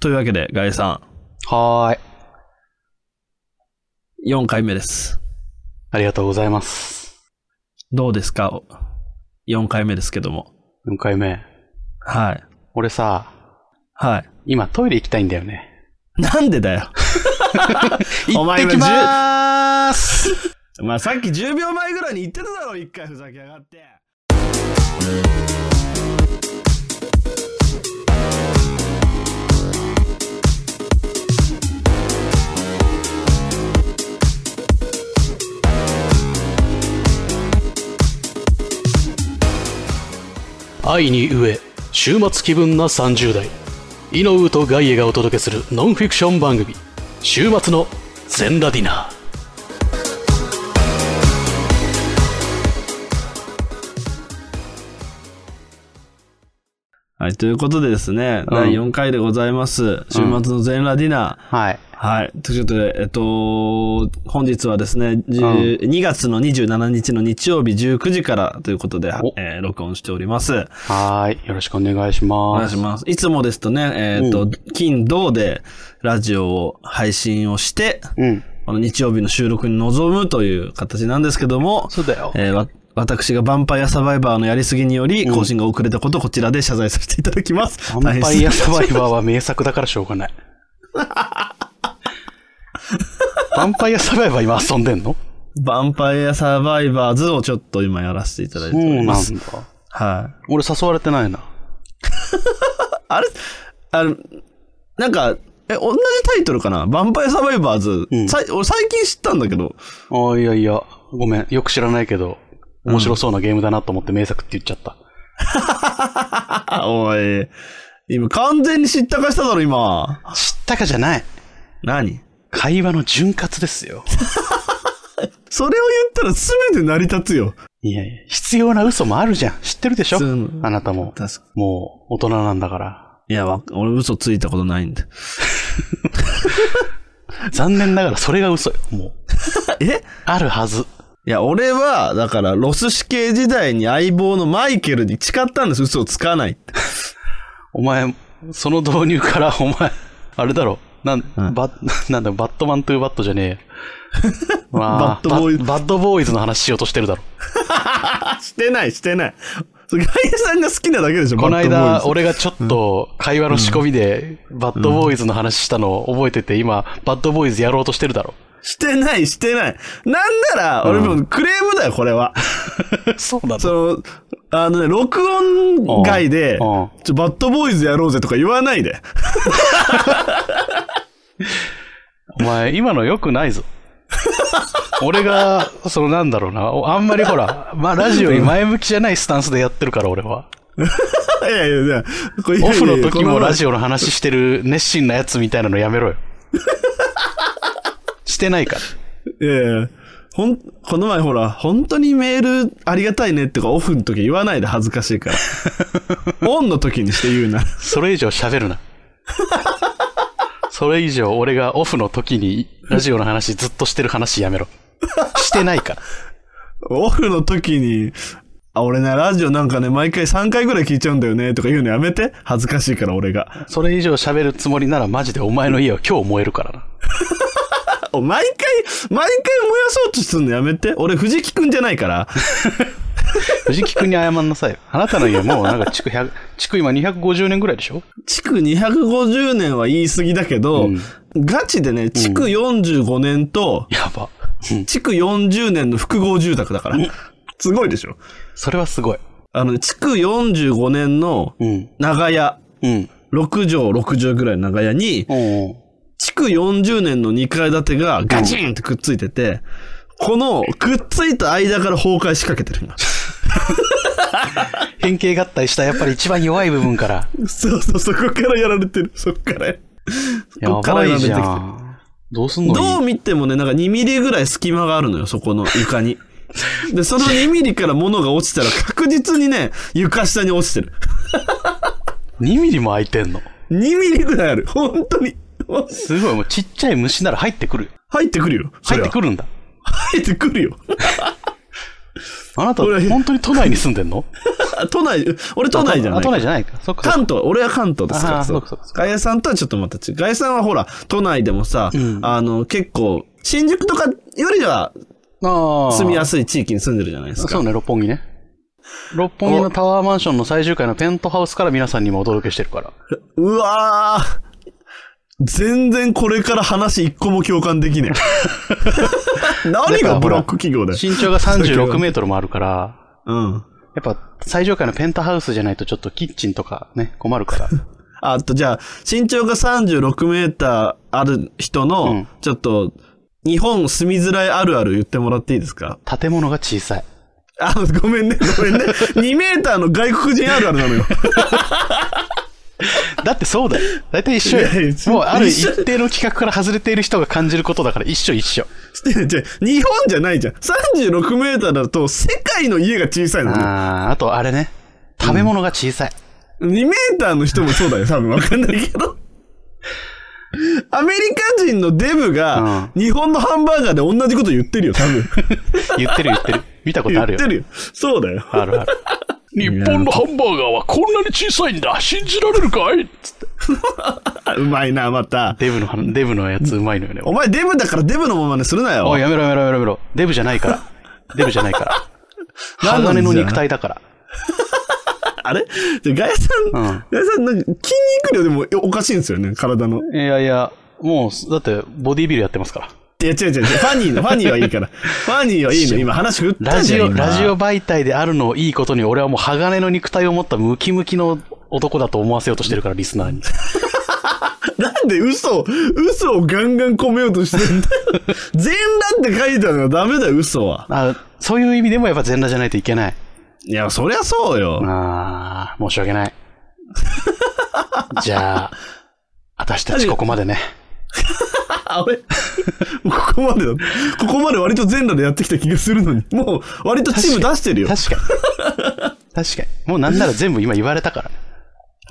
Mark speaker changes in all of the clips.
Speaker 1: というわけで、ガイさ
Speaker 2: はーい。
Speaker 1: ん、4回目です。
Speaker 2: ありがとうございます。
Speaker 1: どうですか ?4 回目ですけども。
Speaker 2: 4回目。
Speaker 1: はい。
Speaker 2: 俺さ、
Speaker 1: はい。
Speaker 2: 今トイレ行きたいんだよね。
Speaker 1: なんでだ よ。お
Speaker 2: 行っ
Speaker 1: 前今
Speaker 2: てきまーす
Speaker 1: まあ、さっき10秒前ぐらいに言ってただろ、1回ふざけやがって。
Speaker 2: 愛に飢え週末気分な30代イノウとガイエがお届けするノンフィクション番組「週末のゼンラディナー」
Speaker 1: はい、ということでですね、
Speaker 2: うん
Speaker 1: 第4回でございます。週末の全裸ディナー。
Speaker 2: はい
Speaker 1: はい。ということで、えっと、本日はですね、10 2月の27日の日曜日19時からということで、
Speaker 2: お
Speaker 1: えー録音しております。
Speaker 2: はーいよろしくお願いし
Speaker 1: お願
Speaker 2: ま
Speaker 1: い
Speaker 2: す
Speaker 1: します。いつもですとね、えっ、と、
Speaker 2: うん
Speaker 1: 金、銅でラジオを配信をして、
Speaker 2: うん
Speaker 1: この日曜日の収録に臨むという形なんですけども、
Speaker 2: そうだよ
Speaker 1: えーわ私がヴァンパイアサバイバーのやりすぎにより、
Speaker 2: うん
Speaker 1: 更新が遅れたことをこちらで謝罪させていただきます。
Speaker 2: 「アンパイアサバイ
Speaker 1: ー。
Speaker 2: バー」は名作だからしょうが ないヴァンパイアサバイバー今遊んでんの
Speaker 1: ヴァンパイアサバイバーズをちょっと今やらせていただいております。
Speaker 2: だ
Speaker 1: はい。
Speaker 2: 俺誘われてないな
Speaker 1: あれ、あれ、なんか、え、同じタイトルかなヴァンパイアサバイバーズ、
Speaker 2: うん
Speaker 1: さい俺最近知ったんだけど、
Speaker 2: ああいやいやごめんよく知らないけど面白そうなゲームだなと思って名作って言っちゃった、
Speaker 1: あ、おい。今完全に知ったかしただろ、今。
Speaker 2: 知ったかじゃない
Speaker 1: 何
Speaker 2: 会話の潤滑です よ。
Speaker 1: それを言ったら全て成り立つよ。
Speaker 2: いやいや、必要な嘘もあるじゃん。知ってるでしょ
Speaker 1: そう
Speaker 2: あなたも。
Speaker 1: 確か
Speaker 2: もう、大人なんだから。
Speaker 1: いや、わ俺嘘ついたことないんで。
Speaker 2: 残念ながらそれが嘘よ。もう。
Speaker 1: え
Speaker 2: あるはず。
Speaker 1: いや、俺は、だから、ロス死刑時代に相棒のマイケルに誓ったんです、嘘をつかない って。
Speaker 2: お前、その導入から、お前、あれだろ。なん、
Speaker 1: ん
Speaker 2: バッ、なんだ、バットマントゥーバットじ ゃねえよ。まあ
Speaker 1: バッドボーイズ
Speaker 2: ババッドボーイズの話しようとしてるだろ。
Speaker 1: あ、してない、してない。それガイさんが好きなだけでしょ、
Speaker 2: この
Speaker 1: バッ
Speaker 2: 間、
Speaker 1: ドボーイズ
Speaker 2: 俺がちょっと会話の仕込みで、バッドボーイズの話したのを覚えてて、今、バッドボーイズやろうとしてるだろ。
Speaker 1: してない、してない。なんなら、俺もうクレームだよ、これは。
Speaker 2: そう だ
Speaker 1: その、あのね、録音外で、ち
Speaker 2: うんうん
Speaker 1: ょ、バッドボーイズやろうぜとか言わないで。
Speaker 2: お前、今の良くな いぞ。俺が、そのなんだろうな、おあんまりほら、まあラジオに前向きじゃないスタンスでやってるから俺は。
Speaker 1: いやいやいや、これ
Speaker 2: オフの時もラ
Speaker 1: オ。
Speaker 2: ジオの話してる熱心なやつみたいなのや めろよ。してないから。
Speaker 1: いやいやほん、この前ほら、本当にメールありがたいねってかオフの時言わないで恥ずかしいから。 オンの時にして言うな。
Speaker 2: それ以上喋るな。それ以上俺がオフの時にラジオの話ずっとしてる話やめろ。してないから。
Speaker 1: オフの時に、あ、俺ね、ラジオなんかね、毎回3回ぐらい聞いちゃうんだよねとか言うのやめて。恥ずかしいから俺が。
Speaker 2: それ以上喋るつもりならマジでお前の家は今日燃えるからな。
Speaker 1: お毎回、毎回燃やそうとするのやめて。俺、藤木くんじゃない から。
Speaker 2: 藤木君に謝んなさいよ。あなたの家もうなんか築100、築今250年ぐらいでしょ
Speaker 1: 築250年は言い過ぎだけど、
Speaker 2: うん
Speaker 1: ガチでね、築45年と、
Speaker 2: やば。うん。
Speaker 1: 築40年の複合住宅だから。すごいでしょ
Speaker 2: それはすごい。
Speaker 1: あのね、築45年の
Speaker 2: うん。
Speaker 1: 長屋、
Speaker 2: うん。
Speaker 1: 6畳、6畳ぐらいの長屋に、
Speaker 2: おう
Speaker 1: 築40年の2階建てがガチンってくっついてて、このくっついた間から崩壊しかけてる今。
Speaker 2: 変形合体したやっぱり一番弱い部分から。
Speaker 1: そうそう、そこからやられてる。そこから。
Speaker 2: や
Speaker 1: こっから
Speaker 2: ばいじゃ
Speaker 1: やら
Speaker 2: ん。どうすんの
Speaker 1: どう見てもね、なんか2ミリぐらい隙間があるのよ、そこの床に。で、その2ミリから物が落ちたら確実にね、床下に落ちてる。
Speaker 2: ?2 ミリも空いてんの。
Speaker 1: 2ミリぐらいある。本当に。
Speaker 2: すごい、もうちっちゃい虫なら入ってくるよ。
Speaker 1: 入ってくるよ。
Speaker 2: 入って
Speaker 1: る。
Speaker 2: くるんだ。
Speaker 1: 入ってくるよ。
Speaker 2: あなた、
Speaker 1: 俺は
Speaker 2: 本当に都内に住んでんの
Speaker 1: 都内、俺 都内じゃな
Speaker 2: あ
Speaker 1: い
Speaker 2: 都。内じゃないか。そっかそっか。
Speaker 1: 関東、俺は関東ですか
Speaker 2: あー
Speaker 1: ら。
Speaker 2: そうかそうかそう
Speaker 1: ガヤさんとはちょっとまた違う。ガヤさんはほら、都内でもさ、
Speaker 2: うん
Speaker 1: あの、結構、新宿とかよりは
Speaker 2: ああ。
Speaker 1: 住みやすい地域に住んでるじゃないです
Speaker 2: そ
Speaker 1: か。
Speaker 2: うね、六本木ね。六本木のタワーマンションの最終回のペントハウスから皆さんにもお届けしてるから。
Speaker 1: うわー。全然これから話一個も共感できね え。何がブロック記号だよ。
Speaker 2: 身長が36メートルもあるから、
Speaker 1: うん。
Speaker 2: やっぱ最上階のペントハウスじゃないとちょっとキッチンとかね、困 るから。
Speaker 1: あと、じゃあ、身長が36メーターある人の、
Speaker 2: うん
Speaker 1: ちょっと、日本住みづらいあるある言ってもらっていいですか
Speaker 2: 建物が小さい。
Speaker 1: あ、ごめんね、ごめんね。2メーターの外国人あるあるなのよ。
Speaker 2: だってそうだよ。だいたい一緒や
Speaker 1: いやいや。
Speaker 2: もうある
Speaker 1: 一緒
Speaker 2: 一定の企画から外れている人が感じることだから一緒一緒。
Speaker 1: じゃ日本じゃないじゃん。36メーターだと、世界の家が小さいのね。
Speaker 2: あーあとあれね。食べ物が小さい。
Speaker 1: 2メーターの人もそうだよ、多分わかんないけど。アメリカ人のデブが、日本のハンバーガーで同じこと言ってるよ、多分。
Speaker 2: 言ってる言ってる。見たことある
Speaker 1: 言っ
Speaker 2: よ
Speaker 1: て。るよ。そうだよ。
Speaker 2: あるある。 日
Speaker 1: 本
Speaker 2: のハンバーガーはこんなに小さいんだ信じられるかい
Speaker 1: あうまいな、また。
Speaker 2: デブの話、デブのやつうまいのよね。
Speaker 1: お前デブだからデブのままにするなよ。
Speaker 2: おい、やめろやめろやめろやめろ。デブじゃない から。デブじゃないから。
Speaker 1: なんなん
Speaker 2: 鋼の肉体だから。
Speaker 1: あれでガヤさん、
Speaker 2: ん
Speaker 1: ガヤさん、なんか筋肉量でもおかしいんですよね、体の。
Speaker 2: いやいや、もう、だって、ボディービルやってますから。
Speaker 1: いや、違う違う違う。ファニーの、ファニーはいい から。ファニーはいいの。今話振った
Speaker 2: ラ
Speaker 1: じ
Speaker 2: ジ
Speaker 1: ゃん。
Speaker 2: オ、
Speaker 1: 今
Speaker 2: ラジオ媒体であるのをいいことに、俺はもう鋼の肉体を持ったムキムキの男だと思わせようとしてるから、リスナーに。
Speaker 1: なんで嘘を、嘘をガンガン込めようとしてんだよ全裸って書いたのがダメだよ、嘘は。
Speaker 2: あそういう意味でもやっぱ全裸じゃないといけない。
Speaker 1: いや、そりゃそうよ。
Speaker 2: ああ、申し訳ない。じゃあ、私たちここまでね。
Speaker 1: あれ ここまでだ。ここまで割と全裸でやってきた気がするのに。もう、割とチーム出してるよ。
Speaker 2: 確かに。確かに。もうなんなら全部今言われたから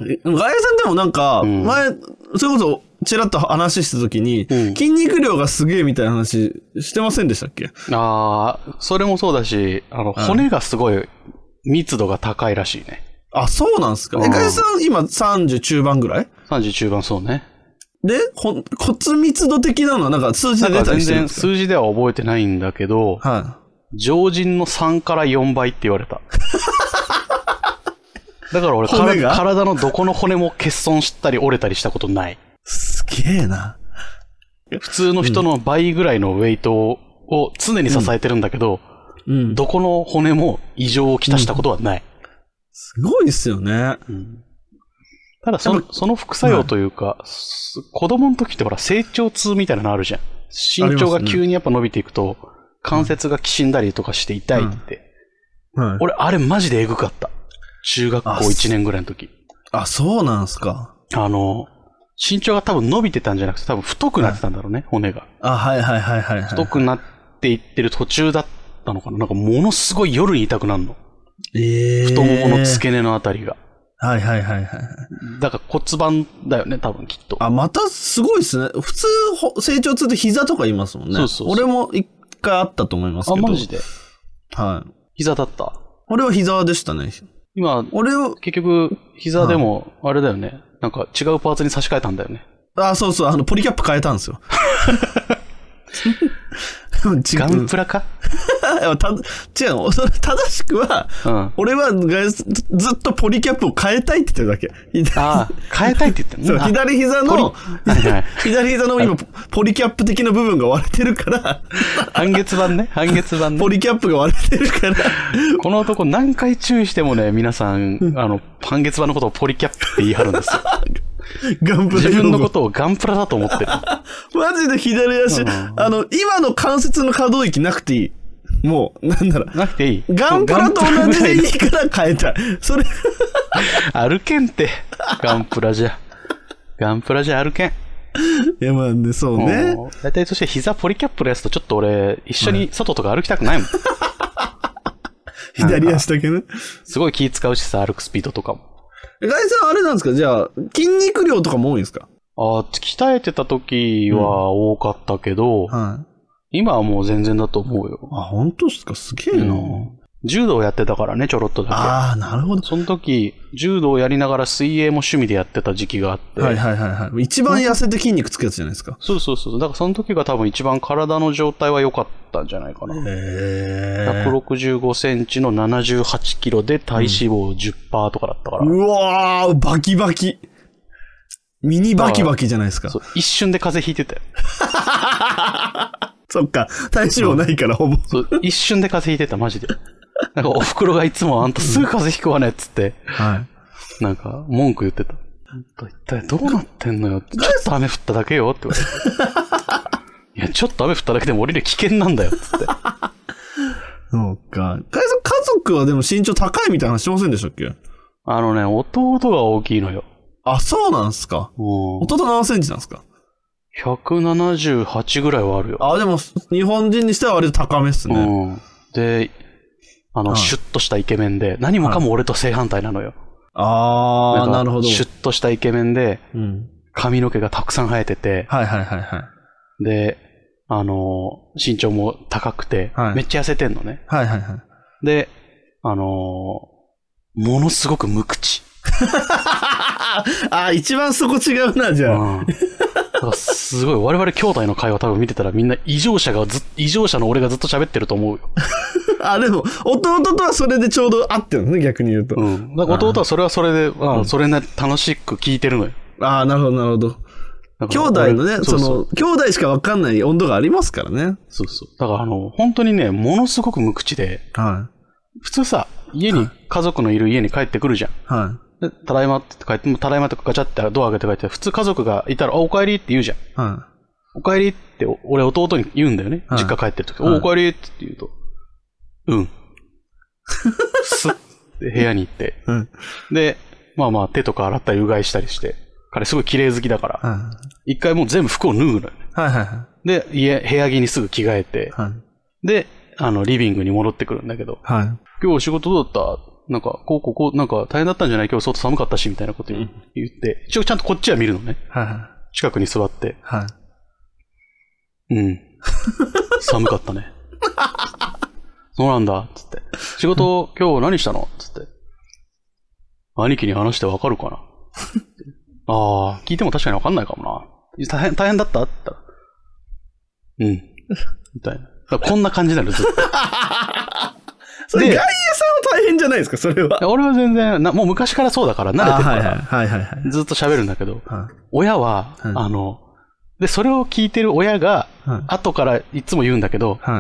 Speaker 2: ね。
Speaker 1: えガヤさんでもなんか、前、それこそ、ちらっと話した時に、
Speaker 2: うん
Speaker 1: 筋肉量がすげえみたいな話してませんでしたっけ
Speaker 2: ああ、それもそうだし、あの、骨がすごい密度が高いらしいね。
Speaker 1: あ、そうなんですか。え、
Speaker 2: うん
Speaker 1: ガヤさん今30中盤ぐらい
Speaker 2: 30中盤そうね。
Speaker 1: で、ほ骨密度的なのはなんか数字
Speaker 2: な
Speaker 1: で
Speaker 2: ん
Speaker 1: 出
Speaker 2: か
Speaker 1: た
Speaker 2: 全
Speaker 1: りしてるん
Speaker 2: 然
Speaker 1: ですか
Speaker 2: 数字では覚えてないんだけど、
Speaker 1: は
Speaker 2: 常人の3から4倍って言わ れた。だから俺
Speaker 1: 骨が
Speaker 2: から体のどこの骨も欠損したり折れたりしたことない。
Speaker 1: い。すげえな。
Speaker 2: 普通の人の倍ぐらいのウェイトをを常に支えてるんだけど、
Speaker 1: うん。
Speaker 2: どこの骨も異常をきたしたことはない。
Speaker 1: すごいっすよね。
Speaker 2: ただその、その副作用というか、す子供の時ってほら、成長痛みたいなのあるじゃん。身長
Speaker 1: あ
Speaker 2: が
Speaker 1: りますね
Speaker 2: 急にやっぱ伸びていくと、関節がきしんだりとかして痛いって。
Speaker 1: はい。
Speaker 2: 俺、あれマジでえぐかった。中学校
Speaker 1: あそう
Speaker 2: 1年ぐらいの時。
Speaker 1: あ、そうなんすか。
Speaker 2: あの、身長が多分伸びてたんじゃなくて、多分太くなってたんだろうね、骨が。
Speaker 1: あ、はいはいはいはい、は
Speaker 2: 太くなっていってる途中だったのかな。なんかものすごい夜に痛くなるの。
Speaker 1: い。えー、
Speaker 2: 太ももの付け根のあたりが。
Speaker 1: はいはいはいはい。
Speaker 2: だから骨盤だよね、多分きっと。
Speaker 1: あ、またすごいっすね。普通、ほ成長痛って膝とか言いますもんね。
Speaker 2: そうそうそう
Speaker 1: 俺も一回あったと思います
Speaker 2: あ、
Speaker 1: けど。
Speaker 2: マジで。
Speaker 1: はい。
Speaker 2: 膝だった。
Speaker 1: 俺は膝でしたね。
Speaker 2: 今、
Speaker 1: 俺を、
Speaker 2: 結局、膝でも、あれだよね。なんか違うパーツに差し替えたんだよね。
Speaker 1: あ、そうそう、あの、ポリキャップ変えたん ですよ。違
Speaker 2: ガン
Speaker 1: う。
Speaker 2: プラか
Speaker 1: た違うの。それ正しくは、
Speaker 2: うん。あ
Speaker 1: 俺はがずずっとポリキャップを変えたいって言ってるだけ。左
Speaker 2: あ、変えたいって言ってん
Speaker 1: そう
Speaker 2: のあ
Speaker 1: 左膝
Speaker 2: ポリ
Speaker 1: の、
Speaker 2: はいはい
Speaker 1: 左膝の今、ポリキャップ的な部分が割れてる から、
Speaker 2: 半月板ね。半月板ね
Speaker 1: ポ。リキャップが割れてるから、
Speaker 2: この男何回注意してもね、皆さん、あの、半月板のことをポリキャップって言い張るん ですよ。
Speaker 1: ガンプラ
Speaker 2: 自
Speaker 1: 用語
Speaker 2: 分のことをガンプラだと思ってる。
Speaker 1: マジで左足、あの、今の関節の可動域なくていい。もう、なんなら。
Speaker 2: なくていい。
Speaker 1: ガンプラと同じでい
Speaker 2: もうガンプラぐら
Speaker 1: いから変えたい。それ、
Speaker 2: い歩けんって。ガンプラじゃ。ガンプラじゃ歩けん。
Speaker 1: いや、まあね、そうね。
Speaker 2: もう大体そして膝ポリキャップのやつとちょっと俺、一緒に外とか歩きたくないも ん。
Speaker 1: 左足だけね。
Speaker 2: すごい気使うしさ、歩くスピードとかも。
Speaker 1: ガイさん、あれなんですかじゃあ、筋肉量とかも多いんですか
Speaker 2: あー鍛えてた時は多かったけど、
Speaker 1: はい。
Speaker 2: 今はもう全然だと思うよ。
Speaker 1: あ、本当っすかすげえな。
Speaker 2: うん柔道やってたからね、ちょろっとだ
Speaker 1: ああ、なるほど
Speaker 2: け。。その時、柔道やりながら水泳も趣味でやってた時期があって、
Speaker 1: はいはいはいはい。一番痩せて筋肉つくやつじゃないですか。
Speaker 2: そうそうそう。だからその時が多分一番体の状態は良かったんじゃないかな。
Speaker 1: へー
Speaker 2: 165センチの78キロで体脂肪10%とかだったから、
Speaker 1: うわー、バキバキ。ミニバキバキじゃないですか
Speaker 2: そ。う一瞬で風邪ひいてたよ。
Speaker 1: そっか。体脂肪ないから、ほぼ。
Speaker 2: そう一瞬で風邪ひいてた、マジで。なんかお袋がいつもあんたすぐ風邪ひくわねっつって、
Speaker 1: はい。
Speaker 2: なんか文句言ってた。あんた一体どうなってんのよちょっと雨降っただけよって言われて。いや、ちょっと雨降っただけでも降りる危険なんだよっつって。
Speaker 1: そうか。かえさん家族はでも身長高いみたいな話しませんでしたっけ
Speaker 2: あのね、弟が大きいのよ。
Speaker 1: あ、そうなんすか。
Speaker 2: も
Speaker 1: 弟何センチなんですか
Speaker 2: う178ぐらいはあるよ。
Speaker 1: あ、でも、日本人にしては割と高めっすね。
Speaker 2: うん。で、あの、
Speaker 1: はい
Speaker 2: シュッとしたイケメンで、何もかも俺と正反対なのよ。
Speaker 1: あ
Speaker 2: ん
Speaker 1: ー、
Speaker 2: か
Speaker 1: なるほど。
Speaker 2: シュッとしたイケメンで、
Speaker 1: うん。
Speaker 2: 髪の毛がたくさん生えてて、
Speaker 1: はいはいはいはい。
Speaker 2: で、あの、身長も高くて、
Speaker 1: はい
Speaker 2: めっちゃ痩せてんのね。
Speaker 1: はいはい はい。
Speaker 2: で、あの、ものすごく無口。
Speaker 1: あ、一番そこ違うな、じゃあ。
Speaker 2: うん。だからすごい、我々兄弟の会話多分見てたらみんな異常者がずっ、異常者の俺がずっと喋ってると思うよ。
Speaker 1: あ、でも、弟とはそれでちょうど合ってるのね、逆に言うと。
Speaker 2: うん。だから弟はそれはそれで、まあそれなりに楽しく聞いてるのよ。
Speaker 1: ああ、なるほど、なるほど。
Speaker 2: だか
Speaker 1: 兄
Speaker 2: ら
Speaker 1: 弟の
Speaker 2: 俺
Speaker 1: ね、その、兄弟しかわかんない温度がありますからね。
Speaker 2: そうそう。だからあの、本当にね、ものすごく無口で、
Speaker 1: は
Speaker 2: 普通さ、家に、家族のいる家に帰ってくるじゃん
Speaker 1: い。。は
Speaker 2: でただいまって帰って、もうただいまとかガチャってドア開けて帰って、普通家族がいたら、あ、お帰りって言うじゃん。
Speaker 1: い。は
Speaker 2: お帰りって、お俺弟に言うんだよね。
Speaker 1: はい
Speaker 2: 実家帰ってる時、
Speaker 1: はい
Speaker 2: お、お帰りって言うと、 うん。すって部屋に行って。
Speaker 1: い。うん。
Speaker 2: で、まあまあ手とか洗ったりうがいしたりして、彼すごい綺麗好きだから、
Speaker 1: は
Speaker 2: 一回もう全部服を脱ぐのよね。
Speaker 1: い。はいはいは
Speaker 2: で、家、部屋着にすぐ着替えて
Speaker 1: い。、はい。
Speaker 2: で、あの、リビングに戻ってくるんだけど、
Speaker 1: はい。
Speaker 2: 今日お仕事どうだったなんか、こうこうこう、なんか大変だったんじゃない今日外寒かったし、みたいなこと言言って、一応ちゃんとこっちは見るのね。
Speaker 1: はい。
Speaker 2: 近くに座って。
Speaker 1: はい。
Speaker 2: うん。 寒かったね。そうなんだ、つって。仕事、今日何したのつって。兄貴に話してわかるかなああ、聞いても確かにわかんないかもな。大変、大変だったって言ったら。うん。みたいな。だからこんな感じになる、ずっと。
Speaker 1: それ、
Speaker 2: で
Speaker 1: 外野さんは大変じゃないですか、それは。
Speaker 2: 俺は全然な、もう昔からそうだから、慣れて
Speaker 1: あ
Speaker 2: る
Speaker 1: は
Speaker 2: か
Speaker 1: い
Speaker 2: ら、
Speaker 1: はい。はいはいはい。
Speaker 2: ずっと喋るんだけど、
Speaker 1: は
Speaker 2: 親は、
Speaker 1: うん
Speaker 2: あの、で、それを聞いてる親が、
Speaker 1: い。はい。
Speaker 2: 後からいつも言うんだけど、
Speaker 1: は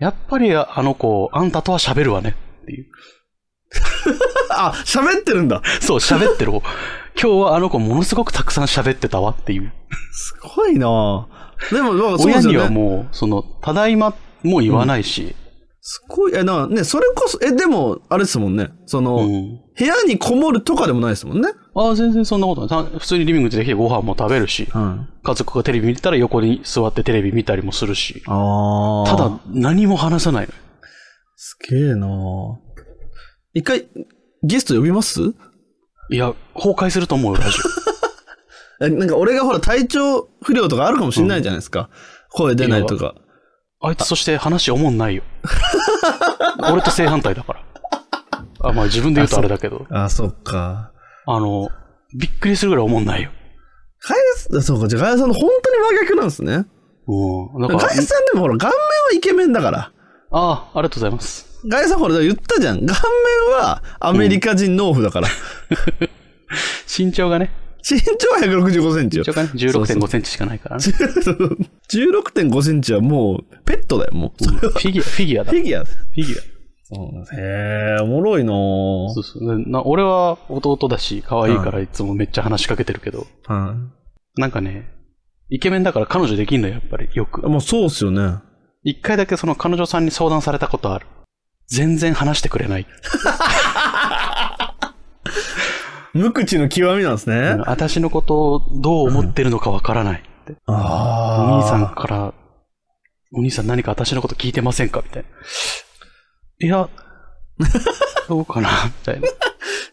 Speaker 1: い。
Speaker 2: やっぱりあの子、あんたとは喋るわねっ ていう。
Speaker 1: あ、喋ってるんだ。
Speaker 2: そう、喋ってる方。今日はあの子ものすごくたくさん喋ってたわっていう。
Speaker 1: すごいなぁでも、なんかそうで
Speaker 2: 親
Speaker 1: す
Speaker 2: に
Speaker 1: よ
Speaker 2: は
Speaker 1: ね。
Speaker 2: もう、その、ただいまも言わないし、
Speaker 1: すごい、え、なんかね、それこそ、え、でも、あれですもんね。その、
Speaker 2: うん。
Speaker 1: 部屋にこもるとかでもないですもんね。
Speaker 2: ああ、全然そんなことない。た普通にリビングでできてご飯も食べるし、
Speaker 1: うん。
Speaker 2: 家族がテレビ見てたら横に座ってテレビ見たりもするし、
Speaker 1: あ
Speaker 2: ただ、何も話さないのよ。
Speaker 1: すげえなぁ一回、ゲスト呼びます
Speaker 2: いや、崩壊すると思うよ、ラジ
Speaker 1: えなんか俺がほら体調不良とかあるかもしんないじゃないですか。声出ないとか。
Speaker 2: オ。あいつそして話おもんないよ。俺と正反対だから。あ、まあ自分で言うとあれだけど、
Speaker 1: あ、そっか。
Speaker 2: あの、びっくりするぐらいおもんないよ。
Speaker 1: ガヤさん、そうか、じゃあガヤさんの本当に真逆なんですね。
Speaker 2: うん。だ
Speaker 1: ガ
Speaker 2: か
Speaker 1: ヤ
Speaker 2: ら、
Speaker 1: さんでもほら、顔面はイケメンだから。
Speaker 2: ああ、ありがとうございます。
Speaker 1: ガヤさんほら、言ったじゃん。顔面はアメリカ人農夫だから。
Speaker 2: 身長がね、
Speaker 1: 身長は165センチよ
Speaker 2: 身。長がね、
Speaker 1: そうそう
Speaker 2: 16.5センチしかないからね。 うん
Speaker 1: 16.5センチはもう、ペットだよ、もう。
Speaker 2: フィギュア、フィギュアだ。
Speaker 1: フ
Speaker 2: フ
Speaker 1: ィギュア。
Speaker 2: ィギュア。
Speaker 1: へえ、おもろいなぁ
Speaker 2: そうそう。でな俺は弟だし、可愛いからいつもめっちゃ話しかけてるけど、
Speaker 1: はい
Speaker 2: なんかね、イケメンだから彼女できんのよ、やっぱり、よく。
Speaker 1: もうそうっすよね。
Speaker 2: 一回だけその彼女さんに相談されたことある。全然話してくれない。
Speaker 1: 無口の極みなんですね。
Speaker 2: 私のことをどう思ってるのかわからないって。お
Speaker 1: あ
Speaker 2: 兄さんから、お兄さん何か私のこと聞いてませんかみたいな。いや、どうかなみたいな。
Speaker 1: い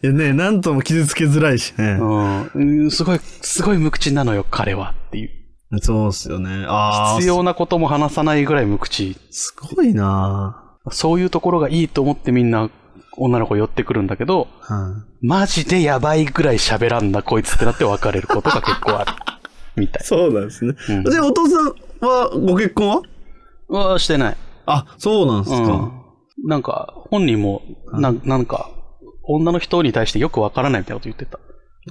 Speaker 1: やね、なんとも傷つけづらいしね。
Speaker 2: うんうん、すごい、すごい無口なのよ、彼はっていう。
Speaker 1: そうっすよね。ああ。
Speaker 2: 必要なことも話さないぐらい無口。
Speaker 1: すごいな
Speaker 2: そういうところがいいと思ってみんな女の子寄ってくるんだけど、マジでやばいぐらい喋らんな、こいつってなって別れることが結構ある。みたい。
Speaker 1: そうなんですね。
Speaker 2: うん
Speaker 1: じゃあ、お父さんは、ご結婚は
Speaker 2: うわしてない。
Speaker 1: あ、そうなんですか。
Speaker 2: うん。なんか、本人も、ななんか、女の人に対してよくわからないみたいなこと言ってた。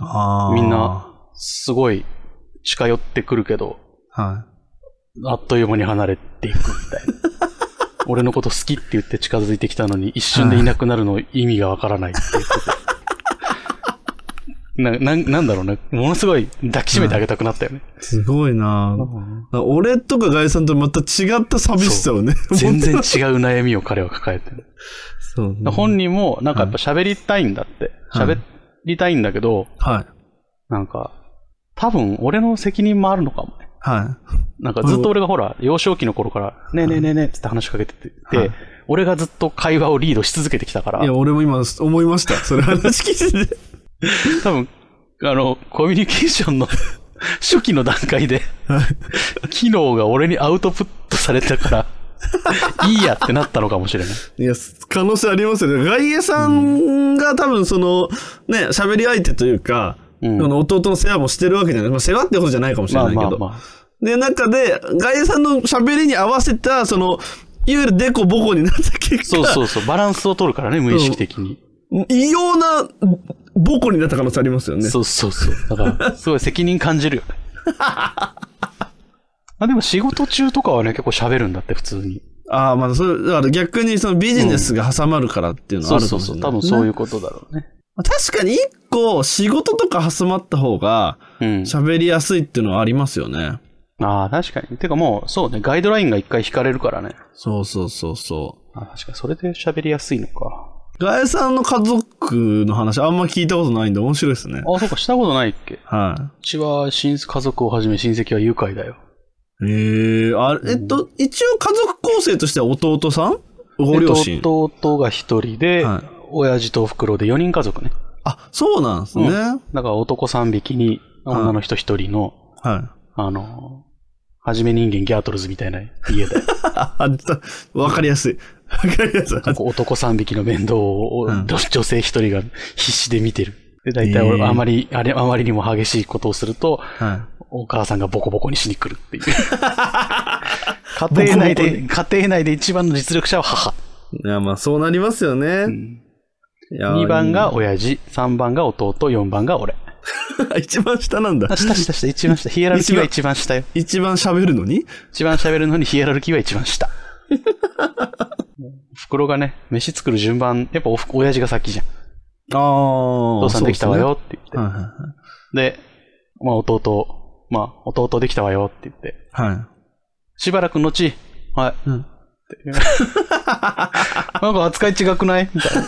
Speaker 1: あー
Speaker 2: みんな。、すごい近寄ってくるけど、
Speaker 1: は
Speaker 2: あっという間に離れていくみたいな。 俺のこと好きって言って近づいてきたのに、一瞬でいなくなるの意味がわからないって 言ってて。な、なん、なんだろうね。ものすごい抱きしめてあげたくなったよね。
Speaker 1: い。すごいな俺とかガイさんとまた違った寂しさをね。
Speaker 2: 全然違う
Speaker 1: 持って
Speaker 2: 悩みを彼は抱えてる。
Speaker 1: そうね、
Speaker 2: 本人も、なんかやっぱ喋りたいんだって。
Speaker 1: うん
Speaker 2: 喋りたいんだけど、
Speaker 1: はい。
Speaker 2: なんか、多分俺の責任もあるのかもね。
Speaker 1: は
Speaker 2: なんかずっと俺がほら、幼少期の頃から、ねえねえねえねえっつって話しかけてて、
Speaker 1: はい
Speaker 2: 俺がずっと会話をリードし続けてきたから
Speaker 1: い。い、や、俺も今思いました。それ話聞いてて。
Speaker 2: 多分、あの、コミュニケーションの 初期の段階 で、機能が俺にアウトプットされた から、いいやってなったのかもしれない。
Speaker 1: いや、可能性ありますよね。ガイエさんが多分その、ね、喋り相手というか、
Speaker 2: うん
Speaker 1: その弟の世話もしてるわけじゃない。まあ、世話ってことじゃないかもしれな
Speaker 2: まあ
Speaker 1: いけど。
Speaker 2: まあま
Speaker 1: で、中で、ガイエさんの喋りに合わせた、その、いわゆるデコボコになった結果、
Speaker 2: あ。そうそうそう、バランスを取るからね、無意識的に。
Speaker 1: 異様なボコになった可能性ありますよね。
Speaker 2: そうそうそう。だ から、すごい責任感じるよ ね。あでも仕事中とかはね、結構喋るんだって、普通に。
Speaker 1: ああ、まあ、それ、だから逆にそのビジネスが挟まるからっていうのは
Speaker 2: そ
Speaker 1: あ
Speaker 2: う
Speaker 1: るか
Speaker 2: そ
Speaker 1: も
Speaker 2: う
Speaker 1: し
Speaker 2: そ
Speaker 1: れない、。
Speaker 2: う。多分そういううことだろうね。
Speaker 1: 確かに一個仕事とか挟まった方が
Speaker 2: うん。
Speaker 1: 喋りやすいっていうのはありますよね。
Speaker 2: ああ、確かに。てかもう、そうね、ガイドラインが一回引かれるからね。
Speaker 1: そうそうそうそう。
Speaker 2: あ確かに、それで喋りやすいのか。
Speaker 1: ガエさんの家族の話あんま聞いたことないんで面白いですね。
Speaker 2: あ、そうか、したことないっけ
Speaker 1: は
Speaker 2: うちは親家族をはじめ親戚は愉快だよ。
Speaker 1: い。ええあえっと、一応家族構成としては弟さんご両親
Speaker 2: で。弟が一人で、
Speaker 1: はい
Speaker 2: 親父とお袋で4人家族ね。
Speaker 1: あ、そうなんですね。
Speaker 2: うん
Speaker 1: はい。
Speaker 2: だから男3匹に女の人一人の、あの、はじめ人間ギャートルズみたいな家 で、
Speaker 1: あ、あちょっと わかりやすい。わかりやすい。
Speaker 2: こう男3匹の面倒を、
Speaker 1: うん
Speaker 2: 女女性一人が必死で見てる。で、大体
Speaker 1: え
Speaker 2: 俺、
Speaker 1: ー
Speaker 2: あまり、あれ、あまりにも激しいことをすると、
Speaker 1: は
Speaker 2: お母さんがボコボコにしに来る っていう。家庭内
Speaker 1: ボコボコ
Speaker 2: で、家庭内で一番の実力者は母。
Speaker 1: い。いや、まあそうなりますよね。いや
Speaker 2: 2番が、親父、3番が弟、4番が俺。
Speaker 1: 一番下なんだ
Speaker 2: あ、。下下下、一番下。ヒエラルキーは一番下よ。
Speaker 1: 一番喋るのに
Speaker 2: 一番喋るのにヒエラルキーは一番 下。お袋がね、飯作る順番、やっぱおふ親父が先じゃん。
Speaker 1: ああ。お
Speaker 2: お父さんできたわ。よって言って。
Speaker 1: そうですねは
Speaker 2: で、まあ弟、まあ弟できたわよって言って。
Speaker 1: いはいはい。はい。
Speaker 2: しばらく後、はい。
Speaker 1: うん
Speaker 2: なんか扱い違くないみたいな。っ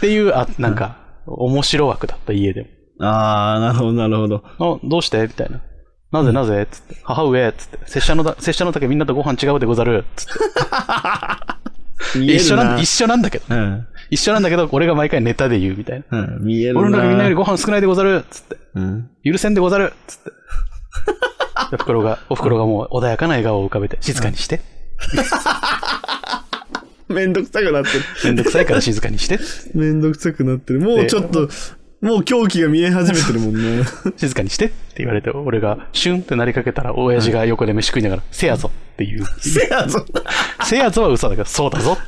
Speaker 2: ていう、あ、なんか、面白枠だった家で
Speaker 1: ああ、なるほど、なるほど。
Speaker 2: も。あ、どうしてみたいな。なぜなぜつって。母上つって。拙者のだ、拙者の竹みんなとご飯違うでござる。つって。
Speaker 1: 見え
Speaker 2: 一
Speaker 1: る
Speaker 2: 緒なん
Speaker 1: な。
Speaker 2: 一緒なんだけ
Speaker 1: う
Speaker 2: ど。
Speaker 1: ん。
Speaker 2: 一緒なんだけど、俺が毎回ネタで言うみたいな。
Speaker 1: うん見えるな。
Speaker 2: 俺の中みんなよりご飯少ないでござるつって。
Speaker 1: うん。
Speaker 2: 許せんでござるつって。お袋が、お袋がもう穏やかな笑顔を浮かべて、静かにして。
Speaker 1: めんどくさくなって
Speaker 2: めんどくさいから静かにして。
Speaker 1: る。めんどくさくなってる。もう
Speaker 2: で
Speaker 1: ちょっと、もう狂気が見え始めてるもん ね。
Speaker 2: 静かにしてって言われて、俺がシュンってなりかけたら、親父が横で飯食いながら、せやぞっていう。
Speaker 1: せやぞ。
Speaker 2: せやぞは嘘だけど、そうだぞ。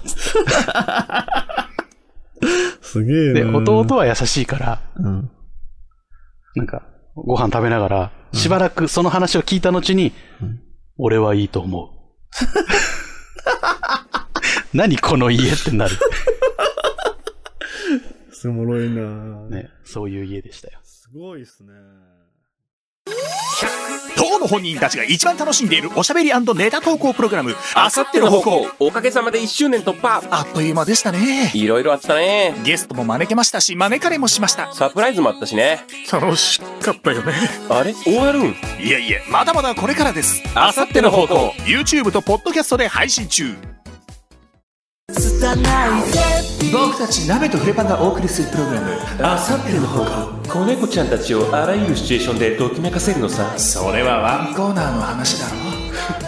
Speaker 1: すげえ
Speaker 2: で、
Speaker 1: な。
Speaker 2: 弟は優しいから、
Speaker 1: うん。
Speaker 2: なんか、ご飯食べながら、しばらくその話を聞いた後に、俺はいいと思う。何この家ってなる。
Speaker 1: すもろいな。
Speaker 2: ね、そういう家でしたよ。
Speaker 1: すごいっすね。
Speaker 3: 当の本人たちが一番楽しんでいるおしゃべりネタ投稿プログラム、あさっての方向。
Speaker 4: おかげさまで1周年突破
Speaker 3: あっという間でしたね。
Speaker 4: いろいろあったね
Speaker 3: ゲストも招けましたし、招かれもしました。
Speaker 4: サプライズもあったしね
Speaker 3: 楽しかったよね。
Speaker 4: あれ終わるん
Speaker 3: いえいえ、まだまだこれからです。
Speaker 4: あさっての方向
Speaker 3: YouTube と Podcast で配信中。僕たち鍋とフレパンがお送りするプログラム。
Speaker 4: あさっての方向子猫ちゃんたちをあらゆるシチュエーションでときめかせるのさ
Speaker 3: それはワンコーナーの話だろ。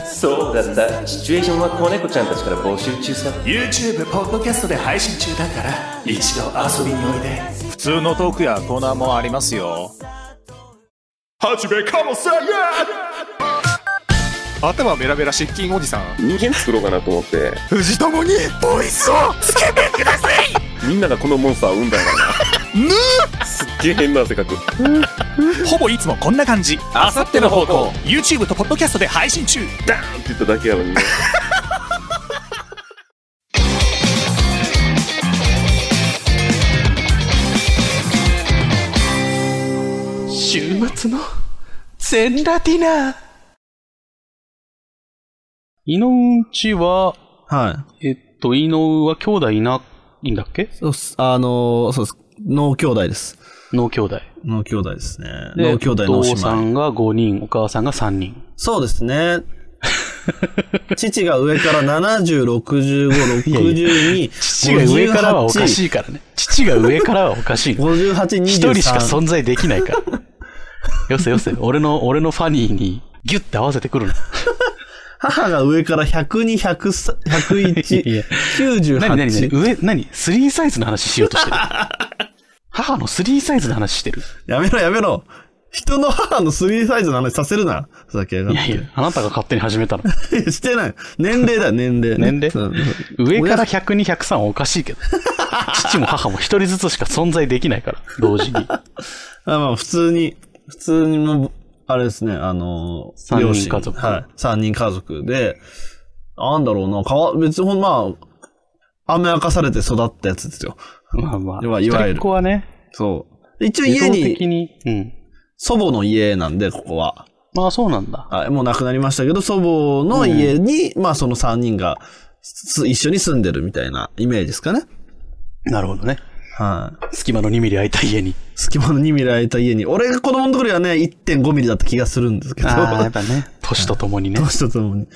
Speaker 4: そうだった。シチュエーションは子猫ちゃんたちから募集中さ。
Speaker 3: YouTube、ポッドキャストで配信中だから、一度遊びにおいで。普通のトークやコーナーもありますよ。はじめかもさや頭ベラベラ失禁おじさん。
Speaker 5: 人間作ろうかなと思って、
Speaker 3: 藤友にボイスをつけてください
Speaker 5: みんながこのモンスターを生んだんやからな。すっげえ変な汗かく。
Speaker 3: ほぼいつもこんな感じ。
Speaker 4: あさっての方向。
Speaker 3: YouTube とポッドキャストで配信中。
Speaker 5: ダーンって言っただけやのにね。
Speaker 2: 週末の全ラティナー井のうちは、
Speaker 6: はい。
Speaker 2: えっと、井のうは兄弟いないんだっけ
Speaker 6: そうっす。あのーそうです。脳兄弟です。
Speaker 2: の兄弟。
Speaker 6: 脳兄弟ですね。
Speaker 2: で
Speaker 6: 脳兄弟の
Speaker 2: お
Speaker 6: お
Speaker 2: 父
Speaker 6: し
Speaker 2: さ
Speaker 6: まい。
Speaker 2: んが5人、お母さんが3人。
Speaker 6: そうですね。 父が上から70、65、62、
Speaker 2: 父が上からはおかしいからね。父が上からはおかしいの。
Speaker 6: 58、23。
Speaker 2: 一人しか存在できない から。よせよせ、俺の、俺のファニーにギュッて合わせてく るの。
Speaker 6: 母が上から102、103 101、
Speaker 2: いや
Speaker 6: 98。
Speaker 2: 何何何上、何スリーサイズの話しようとしてる。母のスリーサイズの話してる。
Speaker 6: やめろやめろ。人の母のスリーサイズの話させるな。ふざけやがっ
Speaker 2: い
Speaker 6: て
Speaker 2: やいや、あなたが勝手に始めたの。
Speaker 6: してない。年齢だ、年齢。
Speaker 2: 年齢
Speaker 6: うん
Speaker 2: 上から102、103はおかしいけど。父も母も一人ずつしか存在できないから、同時に。
Speaker 6: あまあ、普通に、普通にも、あれですね、あの、
Speaker 2: 三人
Speaker 6: 両親
Speaker 2: 家族
Speaker 6: はい。三人家族で、なんだろうな、かわ、別にほんまあ、雨明かされて育ったやつですよ。
Speaker 2: まあま
Speaker 6: いわ
Speaker 2: あ、
Speaker 6: ゆ
Speaker 2: 一
Speaker 6: る
Speaker 2: 人っ子はね、
Speaker 6: そう。一応
Speaker 2: 自
Speaker 6: 家
Speaker 2: 動的
Speaker 6: に、
Speaker 2: に。うん。
Speaker 6: 祖母の家なんで、ここは。
Speaker 2: まあそうなんだ。
Speaker 6: はい、もう亡くなりましたけど、祖母の家に、まあその三人が、す一緒に住んでるみたいなイメージですかね。
Speaker 2: なるほどね。
Speaker 6: はい。
Speaker 2: 隙間の2ミリ空いた家に。
Speaker 6: 隙間の2ミリ空いた家に、俺が子供のところはね、1.5ミリだった気がするんですけ ど。
Speaker 2: ぱね。年とともにね。
Speaker 6: 年とともに。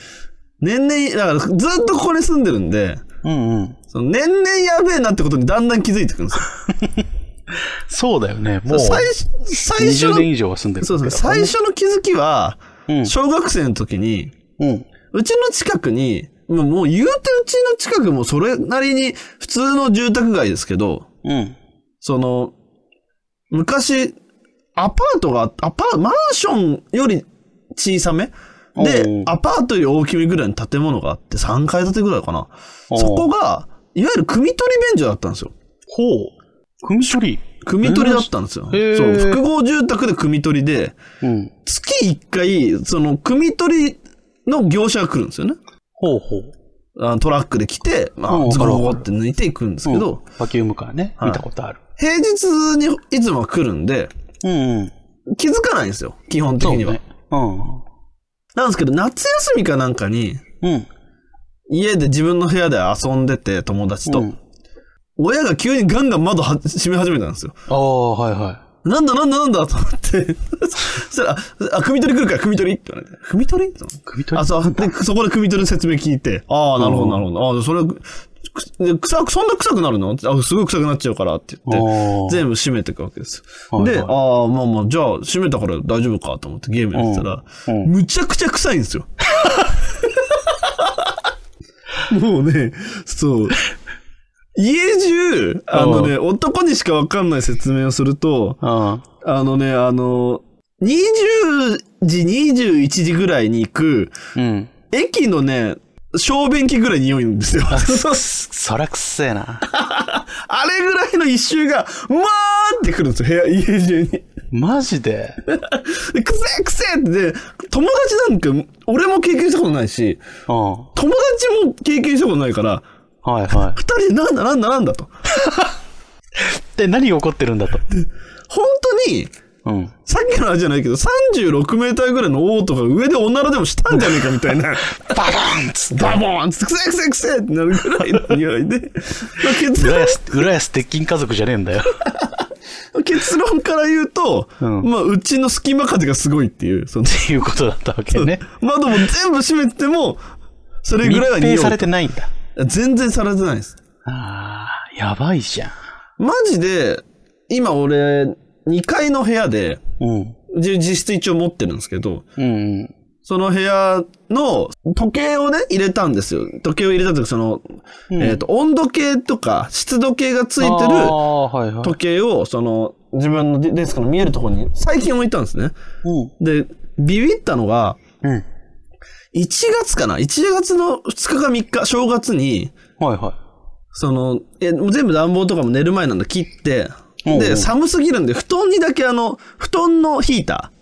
Speaker 6: 年々、だからずっとここに住んでるんで、
Speaker 2: うんうん。
Speaker 6: その年々やべえなってことにだんだん気づいてくるんです
Speaker 2: そうだよね。も
Speaker 6: よ。
Speaker 2: う、
Speaker 6: 最初最初
Speaker 2: 20
Speaker 6: の、
Speaker 2: 年以上は住んでる。
Speaker 6: そうですね。最初の気づきは、
Speaker 2: うん
Speaker 6: 小学生の時に、
Speaker 2: うん。
Speaker 6: うちの近くに、もうもう言うてうちの近くもそれなりに普通の住宅街ですけど、
Speaker 2: うん。
Speaker 6: その、昔、アパートが、アパーマンションより小さめ
Speaker 2: お
Speaker 6: で
Speaker 2: う、
Speaker 6: アパートより大きめぐらいの建物があって、3階建てぐらいかな。
Speaker 2: おう
Speaker 6: そこが、いわゆる組取り便所だったんですよ。
Speaker 2: ほう。組取り。
Speaker 6: 組取りだったんですよ。
Speaker 2: へー
Speaker 6: そう、複合住宅で組取りで、
Speaker 2: うん。
Speaker 6: 月1回、その、組取りの業者が来るんですよね。
Speaker 2: ほうほう。
Speaker 6: あトラックで来て、ま
Speaker 2: う
Speaker 6: あ、
Speaker 2: ん
Speaker 6: ズコロゴって抜いていくんですけど、
Speaker 2: バキュームカーね。
Speaker 6: はい
Speaker 2: 見たことある。
Speaker 6: 平日にいつもは来るんで、
Speaker 2: うんうん。
Speaker 6: 気づかないんですよ、基本的
Speaker 2: そう
Speaker 6: には。
Speaker 2: ね。うん。
Speaker 6: なんですけど、夏休みかなんかに、
Speaker 2: うん。
Speaker 6: 家で自分の部屋で遊んでて、友達と、
Speaker 2: うん
Speaker 6: 親が急にガンガン窓は閉め始めたんですよ。
Speaker 2: ああ、はいは
Speaker 6: なんだなんだなんだと思って。 そしたら、あ、組取り来るから、組取りって言われて。組取りと思って
Speaker 2: い。組取
Speaker 6: あ、
Speaker 2: り。
Speaker 6: そう、で、そこで組取りの説明聞いて、ああ、なるほど、なるほど。ああ、それ、くで臭く、そんな臭くなるのあ、すごい臭くなっちゃうからって言って、
Speaker 2: ああ
Speaker 6: 全部閉めていくわけですよ。
Speaker 2: はいはい
Speaker 6: で、ああ、まあまあ、じゃあ、閉めたから大丈夫かと思ってゲームやってたら、
Speaker 2: うんうん
Speaker 6: むちゃくちゃ臭いんですよ。 もうね、そう。家中、あのね、男にしかわかんない説明をすると、
Speaker 2: あ
Speaker 6: あのね、あの、20時、21時ぐらいに行く、
Speaker 2: あ。うん。
Speaker 6: 駅のね、小便器ぐらい匂いんですよ。
Speaker 2: そらくっせえな。
Speaker 6: あれぐらいの一周が、うわーってくるんですよ、部屋、家中に。
Speaker 2: マジで。
Speaker 6: で、くせえくせえってで、友達なんか、俺も経験したことないし、
Speaker 2: うん。は
Speaker 6: 友達も経験したことないから、
Speaker 2: いは
Speaker 6: 二人でなんだなんだなんだと。
Speaker 2: い。で、何が起こってるんだと。
Speaker 6: 本当に、
Speaker 2: うん。
Speaker 6: さっきの話じゃないけど、36メーターぐらいの王とか上でおならでもしたんじゃねえかみたいな。
Speaker 2: ババーンっつって。
Speaker 6: バボーンっつって、くせえくせえくせえってなるぐらいの匂いで、まあ結
Speaker 2: 浦
Speaker 6: 論
Speaker 2: 安、浦安鉄筋家族じゃねえんだよ。
Speaker 6: 結論から言うと、
Speaker 2: うん
Speaker 6: まあ、うちの隙間風がすごいっていう、その、
Speaker 2: っていうことだったわけね。
Speaker 6: 窓も全部閉めても、それぐ
Speaker 2: 密
Speaker 6: らいは匂
Speaker 2: 閉
Speaker 6: い。
Speaker 2: されてないんだ。
Speaker 6: 全然されてないです。
Speaker 2: ああ、やばいじゃん。
Speaker 6: マジで、今俺、2階の部屋で、
Speaker 2: うん。
Speaker 6: じ実質一応持ってるんですけど、
Speaker 2: うん。
Speaker 6: その部屋の時計をね、入れたんですよ。時計を入れたというか、その、
Speaker 2: うん
Speaker 6: えっ、と、温度計とか湿度計がついてる
Speaker 2: あーはいはい
Speaker 6: 時計を、その、自分のデデスクの見えるところに最近置いたんですね。
Speaker 2: うん
Speaker 6: で、ビビったのが、
Speaker 2: うん
Speaker 6: 1月かな ?1 月の2日か3日、正月に、
Speaker 2: はいは
Speaker 6: その、え、もう全部暖房とかも寝る前なんで切って、
Speaker 2: うんうん
Speaker 6: で、寒すぎるんで、布団にだけあの、布団のヒータ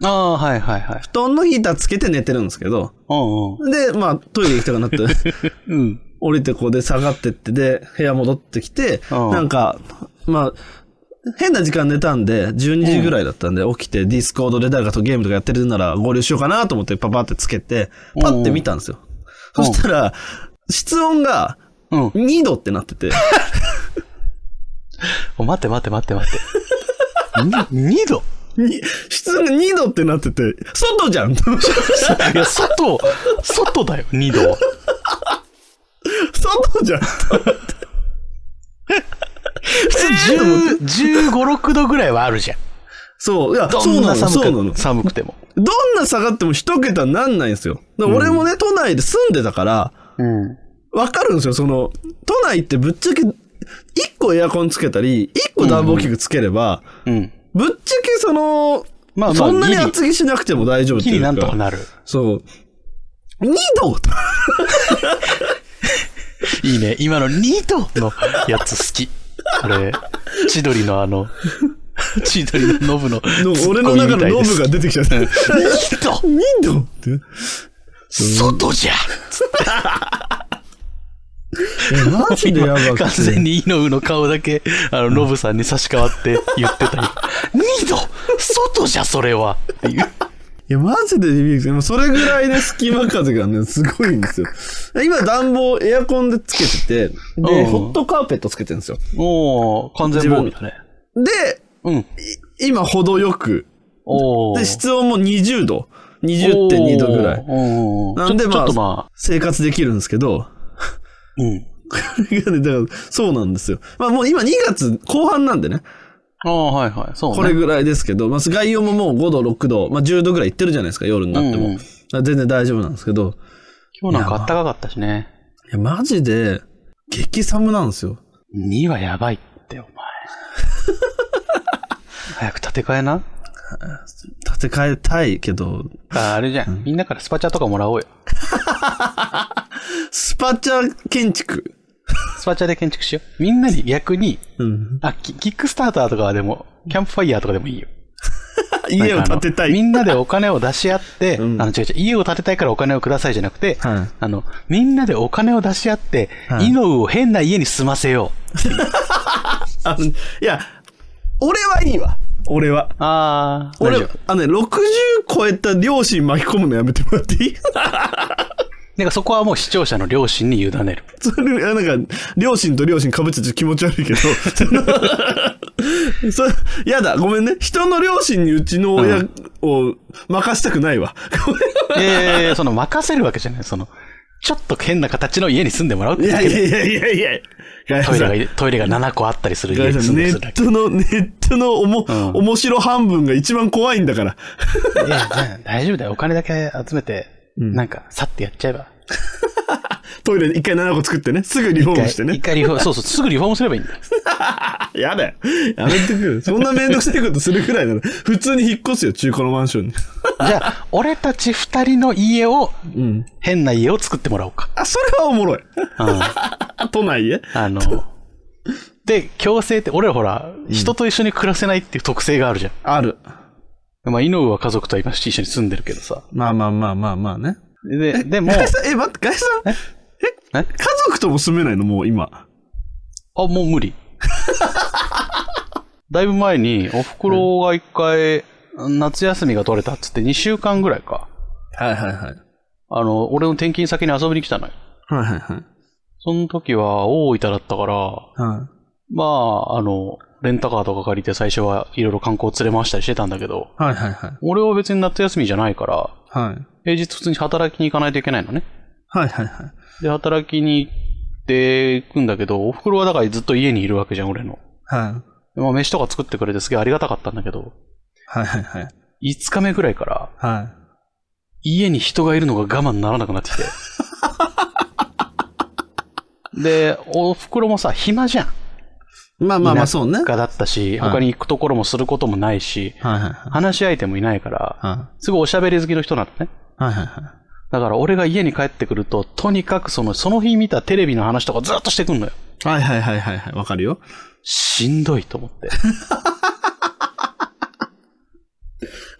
Speaker 6: ー。
Speaker 2: い。ああ、はいはいはい。
Speaker 6: 布団のヒーターつけて寝てるんですけど、
Speaker 2: うん
Speaker 6: で、まあ、トイレ行きたくなって、
Speaker 2: うん。うん。
Speaker 6: 降りてこうで下がってって、で、部屋戻ってきて、
Speaker 2: うん
Speaker 6: なんか、まあ、変な時間寝たんで、12時ぐらいだったんで、起きて、ディスコードで誰かとゲームとかやってるなら合流しようかなと思って、パパってつけて、パって見たんですよ。
Speaker 2: うん
Speaker 6: そしたら、室温が
Speaker 2: うん。
Speaker 6: 2度ってなってて、
Speaker 2: お待って待って待って待って。 に2度
Speaker 6: に室温が2度ってなってて、外じゃん 外
Speaker 2: いや、外、外だよ、2度は。
Speaker 6: じゃん
Speaker 2: 普通10 15、6度ぐらいはあるじゃん。
Speaker 6: そう、いや、
Speaker 2: ど
Speaker 6: そうん
Speaker 2: な
Speaker 6: なの、
Speaker 2: 寒
Speaker 6: そうなの
Speaker 2: く。寒くても。
Speaker 6: どんな下がっても一桁になんないんですよ。だから俺もね、都内で住んでたから、
Speaker 2: うん。
Speaker 6: わかるんですよ、その、都内ってぶっちゃけ、一個エアコンつけたり、一個暖房器具つければ、
Speaker 2: うん。
Speaker 6: ぶっちゃけその、
Speaker 2: まあまあ
Speaker 6: そんなに
Speaker 2: ギリ
Speaker 6: 厚着しなくても大丈夫って
Speaker 2: き
Speaker 6: い
Speaker 2: り
Speaker 6: う
Speaker 2: な
Speaker 6: か。
Speaker 2: んとかなる。
Speaker 6: そう。二度
Speaker 2: いいね。今の2度のやつ好き。あれ、千鳥のあ の、千鳥のノブの
Speaker 6: の俺の中のノブが出てきちゃった。二
Speaker 2: 2度
Speaker 6: 度って。
Speaker 2: 外じゃ
Speaker 6: えマジでやばくて。
Speaker 2: 完全にイノウの顔だけ、あの、ノブさんに差し替わって言ってたよ。2度外じゃ、それはっていう。
Speaker 6: いや、マジでビビる。でもそれぐらいね、隙間風がね、すごいんですよ。今、暖房、エアコンでつけてて、
Speaker 2: うん
Speaker 6: で、ホットカーペットつけてるんですよ。
Speaker 2: おー、完全防備だね。
Speaker 6: で、
Speaker 2: うん。
Speaker 6: 今、程よく。
Speaker 2: おー。
Speaker 6: で、室温も20度。20.2度ぐらい。
Speaker 2: おー。
Speaker 6: なんで、
Speaker 2: ちょちょっ
Speaker 6: まあ、
Speaker 2: とまあ、
Speaker 6: 生活できるんですけど、
Speaker 2: うん。
Speaker 6: だから、 そうなんですよ。まあ、もう今2月後半なんでね、
Speaker 2: ああ、はいはい。そうね。
Speaker 6: これぐらいですけど、まあ、外温ももう5度、6度、まあ、10度ぐらいいってるじゃないですか、夜になっても。
Speaker 2: うんうん
Speaker 6: だから全然大丈夫なんですけど、
Speaker 2: 今日なんかあったかかったしね。
Speaker 6: いや、マジで、激寒なんですよ。
Speaker 2: 2はやばいって、お 前。早く建て替えな。
Speaker 6: 建て替えたいけど、
Speaker 2: ああれじゃん。みんなからスパチャとかもらおうよ。
Speaker 6: スパチャ建築。
Speaker 2: スパチャで建築しよう。みんなに逆に、
Speaker 6: うん。
Speaker 2: あ、キキックスターターとかはでも、キャンプファイヤーとかでもいいよ。
Speaker 6: 家を
Speaker 2: なんかあの
Speaker 6: 建てた
Speaker 2: み
Speaker 6: い。
Speaker 2: んなでお金を出し合って、
Speaker 6: うん
Speaker 2: あの、違う違う、家を建てたいからお金をくださいじゃなくて、
Speaker 6: はい
Speaker 2: あの、みんなでお金を出し合って、
Speaker 6: はい
Speaker 2: イノウを変な家に住ませよう。
Speaker 6: あのいや、俺はいいわ。 俺は。
Speaker 2: ああ、大
Speaker 6: 俺
Speaker 2: 丈夫。、
Speaker 6: あのね、60超えた両親巻き込むのやめてもらっていい
Speaker 2: なんかそこはもう視聴者の両親に委ねる。
Speaker 6: それ、あなんか、両親と両親被っちゃって気持ち悪いけど、その そやだ、ごめんね。人の両親にうちの親を任したくないわ。
Speaker 2: ええその任せるわけじゃない。その、ちょっと変な形の家に住んでもらうっ
Speaker 6: い
Speaker 2: て
Speaker 6: や
Speaker 2: だ
Speaker 6: い
Speaker 2: け
Speaker 6: や
Speaker 2: で
Speaker 6: いやいやいやガイ
Speaker 2: トイ
Speaker 6: さん
Speaker 2: レが、トイレが7個あったりする
Speaker 6: ガ
Speaker 2: 家
Speaker 6: イ
Speaker 2: に
Speaker 6: さ
Speaker 2: 住
Speaker 6: ん
Speaker 2: んで
Speaker 6: ネ
Speaker 2: るだ
Speaker 6: ッ
Speaker 2: け。
Speaker 6: トの、ネットのおも、
Speaker 2: ん
Speaker 6: 面白半分が一番怖いんだから。
Speaker 2: いや、じゃあ大丈夫だよ。お金だけ集めて、なんか、さってやっちゃえば。
Speaker 6: トイレ一回7個作ってね。すぐリフォームして
Speaker 2: 一
Speaker 6: ね。
Speaker 2: 回リ フォーム、そうそう、すぐリフォームすればいいんだよ。
Speaker 6: やだよ。やめてくれ。そんなめんどくさいことするくらいなら、 普通に引っ越すよ、中古のマンションに。
Speaker 2: じゃあ、俺たち二人の家を、
Speaker 6: うん。
Speaker 2: 変な家を作ってもらおうか。
Speaker 6: あ、それはおもろい。
Speaker 2: うん。
Speaker 6: 都内へ。
Speaker 2: あの、で、強制って、俺らほら、人と一緒に暮らせないっていう特性があるじゃん。
Speaker 6: ある。
Speaker 2: まあ、井上は家族とは今一緒に住んでるけどさ。
Speaker 6: まあまあまあまあまあね。
Speaker 2: で、で も、
Speaker 6: ガイさん、え、待って、ガイさん、
Speaker 2: ええ
Speaker 6: 家族とも住めないの、もう今。
Speaker 2: あ、もう無理。 だいぶ前に、お袋が一回、夏休みが取れたっつって2週間ぐらいか。
Speaker 6: はいはいはい。
Speaker 2: あの、俺の転勤先に遊びに来たのよ。
Speaker 6: はいはいはい。
Speaker 2: その時は大分だったから、
Speaker 6: は
Speaker 2: まあ、あの、レンタカーとか借りて最初はいろいろ観光連れ回したりしてたんだけど、
Speaker 6: いはいはいはい。
Speaker 2: 俺は別に夏休みじゃないから、
Speaker 6: はい。
Speaker 2: 平日普通に働きに行かないといけないのね。
Speaker 6: はいはいはい。
Speaker 2: で、働きに行って行くんだけど、お袋はだからずっと家にいるわけじゃん、俺の。
Speaker 6: はい。
Speaker 2: まあ、飯とか作ってくれてすげえありがたかったんだけど、
Speaker 6: はいはいはい。
Speaker 2: 5日目ぐらいから、
Speaker 6: はい。
Speaker 2: 家に人がいるのが我慢ならなくなって きて。で、お袋もさ、暇じゃん。
Speaker 6: まあまあまあ、そうね。はい
Speaker 2: がだったし、
Speaker 6: はい
Speaker 2: 他に行くところもすることもないし、
Speaker 6: はいはい。
Speaker 2: 話し相手もいないから、
Speaker 6: は
Speaker 2: すごいおしゃべり好きの人なのね。
Speaker 6: いはいは
Speaker 2: だから俺が家に帰ってくると、とにかくその、その日見たテレビの話とかずっとして くんのよ。
Speaker 6: い。はいはいはいはいはい。わかるよ。
Speaker 2: しんどいと思 って。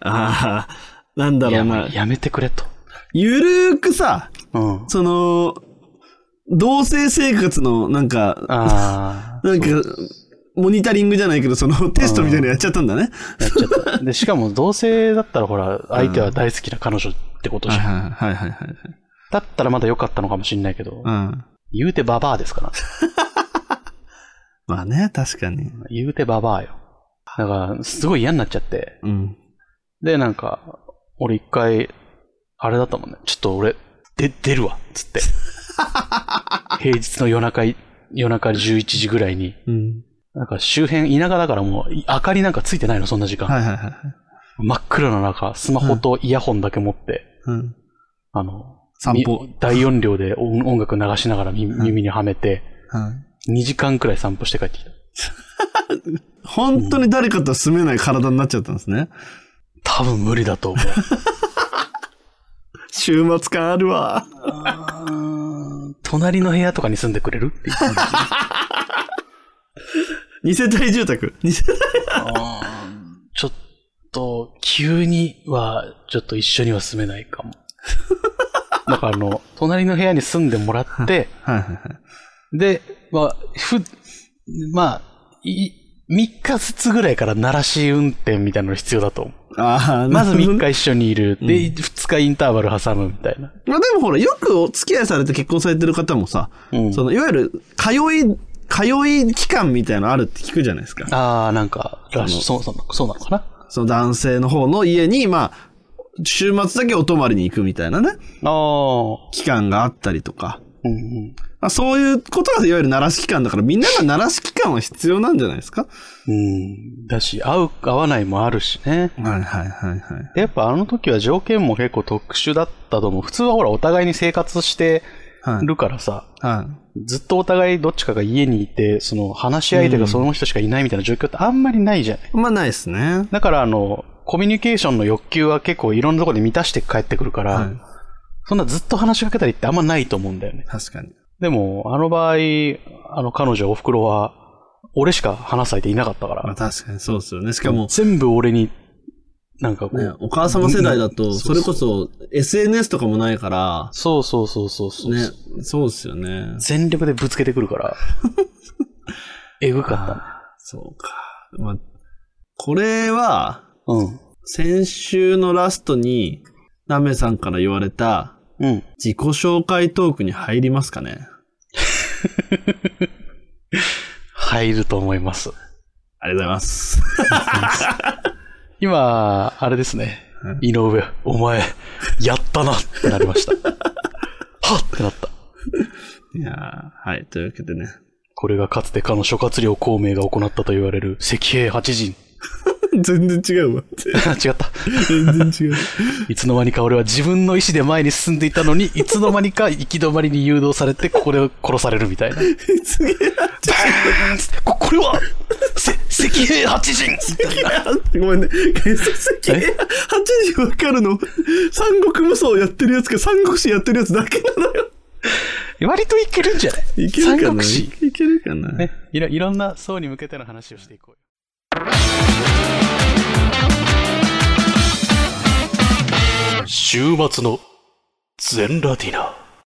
Speaker 6: ああ、なんだろ
Speaker 2: や
Speaker 6: うな。
Speaker 2: やめてくれと。
Speaker 6: ゆるーくさ、
Speaker 2: うん。
Speaker 6: その、同性生活の、なんか、
Speaker 2: あ
Speaker 6: なんか、モニタリングじゃないけど、そのテストみたいなのやっちゃったんだね。
Speaker 2: あ、やっちゃった。で、しかも同性だったらほら、相手は大好きな彼女ってことじゃん。
Speaker 6: はいはいはいはい。
Speaker 2: だったらまだ良かったのかもしんないけど、
Speaker 6: うん。
Speaker 2: 言うてババアですから。
Speaker 6: まあね、確かに。
Speaker 2: 言うてババアよ。だから、すごい嫌になっちゃって。
Speaker 6: うん。
Speaker 2: で、なんか、俺一回、あれだったもんね。ちょっと俺、で、出るわ、つっ て。平日の夜中い、夜中11時ぐらいに。
Speaker 6: うん。
Speaker 2: なんか周辺、田舎だからもう、い明かりなんかついてないの、そんな時間。
Speaker 6: はいはいはいはい。
Speaker 2: 真っ暗な中、スマホとイヤホンだけ持って、
Speaker 6: うん。
Speaker 2: あの、
Speaker 6: 散歩
Speaker 2: み。大音量で音音楽流しながら耳耳にはめて、
Speaker 6: うん。
Speaker 2: 2時間くらい散歩して帰ってきた。
Speaker 6: 本当に誰かとは住めない体になっちゃったんですね。
Speaker 2: 多分無理だと思 う。
Speaker 6: 週末感あるわ。
Speaker 2: 隣の部屋とかに住んでくれるって言ったん
Speaker 6: 二世帯住宅。二世帯。
Speaker 2: ちょっと、急には、ちょっと一緒には住めないかも。 だからあの、隣の部屋に住んでもらって、
Speaker 6: はいはいはい。
Speaker 2: で、まあ、ふ、まあ、い、3日ずつぐらいから鳴らし運転みたいなの必要だと思う。
Speaker 6: ああ、
Speaker 2: まず
Speaker 6: なるほ
Speaker 2: 3
Speaker 6: どね
Speaker 2: 日一緒にいる。で、2日インターバル挟むみたいな。
Speaker 6: まあでもほら、よくお付き合いされて結婚されてる方もさ、
Speaker 2: うん
Speaker 6: その、いわゆる、通い、通い期間みたいなのあるって聞くじゃないですか。
Speaker 2: ああ、なんか、
Speaker 6: あの
Speaker 2: そう、そう、そうなのかな。
Speaker 6: その男性の方の家に、まあ、週末だけお泊まりに行くみたいなね、
Speaker 2: ああ、
Speaker 6: 期間があったりとか。
Speaker 2: うんうん。
Speaker 6: まあ、そういうことはいわゆる鳴らし期間だから、みんなが鳴らし期間は必要なんじゃないですか
Speaker 2: うん。だし、合う、合わないもあるしね。
Speaker 6: はいはいはいはい。
Speaker 2: やっぱあの時は条件も結構特殊だったと思う。普通はほら、お互いに生活して
Speaker 6: はい。
Speaker 2: るからさ、
Speaker 6: はい。
Speaker 2: ずっとお互いどっちかが家にいて、その話し相手がその人しかいないみたいな状況ってあんまりないじゃない。
Speaker 6: まあないですね。
Speaker 2: だからあの、コミュニケーションの欲求は結構いろんなところで満たして帰ってくるから、
Speaker 6: はい
Speaker 2: そんなずっと話しかけたりってあんまないと思うんだよね。
Speaker 6: 確かに。
Speaker 2: でも、あの場合、あの彼女、お袋は、俺しか話す相手いなかったか
Speaker 6: まあ
Speaker 2: ら、
Speaker 6: 確かにそうですよね。しかも、
Speaker 2: 全部俺に、なんかこう、
Speaker 6: ね、お母様世代だと、それこそ SNS とかもないから、
Speaker 2: そうそうそうそうそう、
Speaker 6: ね、そうですよね。
Speaker 2: 全力でぶつけてくる から、えぐか
Speaker 6: そうか。まあ、これは、
Speaker 2: ったね。うん。
Speaker 6: 先週のラストに、ナメさんから言われた、
Speaker 2: うん。
Speaker 6: 自己紹介トークに入りますかね。
Speaker 2: 入ると思います。
Speaker 6: ありがとうございます。
Speaker 2: 今、あれですね。井上、お前、やったなってなりました。 はっってなった。
Speaker 6: いやーはい、というわけでね。
Speaker 2: これがかつてかの諸葛亮孔明が行ったと言われる石兵八陣。
Speaker 6: 全然違うわ。
Speaker 2: 違った。
Speaker 6: 全然 違う。
Speaker 2: いつの間にか俺は自分の意志で前に進んでいたのに、いつの間にか行き止まりに誘導されて、ここで殺されるみ たいな。
Speaker 6: すげえ。
Speaker 2: バーンっつってここ れは、せ、石兵八陣
Speaker 6: ごめんね。解説先8時わかるの。三国無双やってるやつか、三国志やってるやつだけなのよ。
Speaker 2: 割といけるんじゃない
Speaker 6: いけるかな
Speaker 2: 三国志。
Speaker 6: いけるかな、
Speaker 2: ね、いろ、いろんな層に向けての話をしていこうよ。週末の全ラティナ。